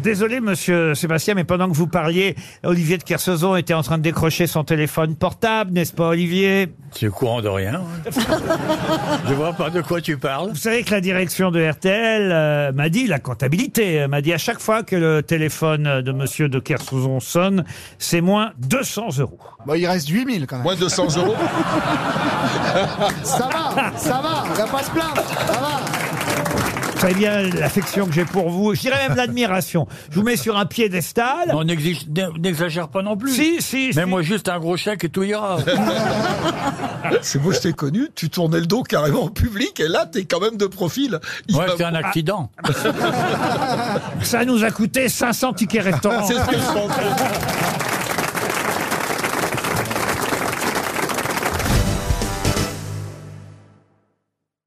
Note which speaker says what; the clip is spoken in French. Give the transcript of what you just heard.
Speaker 1: Désolé, monsieur Sébastien, mais pendant que vous parliez, Olivier de Kersauzon était en train de décrocher son téléphone portable, n'est-ce pas, Olivier
Speaker 2: Tu es au courant de rien. hein. Je vois pas de quoi tu parles.
Speaker 1: Vous savez que la direction de RTL euh, m'a dit, la comptabilité euh, m'a dit, à chaque fois que le téléphone de monsieur de Kersauzon sonne, c'est moins 200 euros.
Speaker 3: Bon, il reste 8000 quand même.
Speaker 4: Moins de 200 euros
Speaker 3: Ça va, ça va, on va pas se plaindre, ça va.
Speaker 1: Vous savez bien l'affection que j'ai pour vous, je dirais même l'admiration. Je vous mets sur un piédestal.
Speaker 2: On n'exige- n'exagère pas non plus.
Speaker 1: Si, si, si.
Speaker 2: Mets-moi juste un gros chèque et tout ira.
Speaker 4: C'est moi, je t'ai connu, tu tournais le dos carrément au public, et là, t'es quand même de profil. Il
Speaker 2: Ouais,
Speaker 4: va-
Speaker 2: c'est un
Speaker 1: Ah.
Speaker 2: accident.
Speaker 1: Ça nous a coûté 500 tickets restaurants.
Speaker 4: C'est ce que je pensais.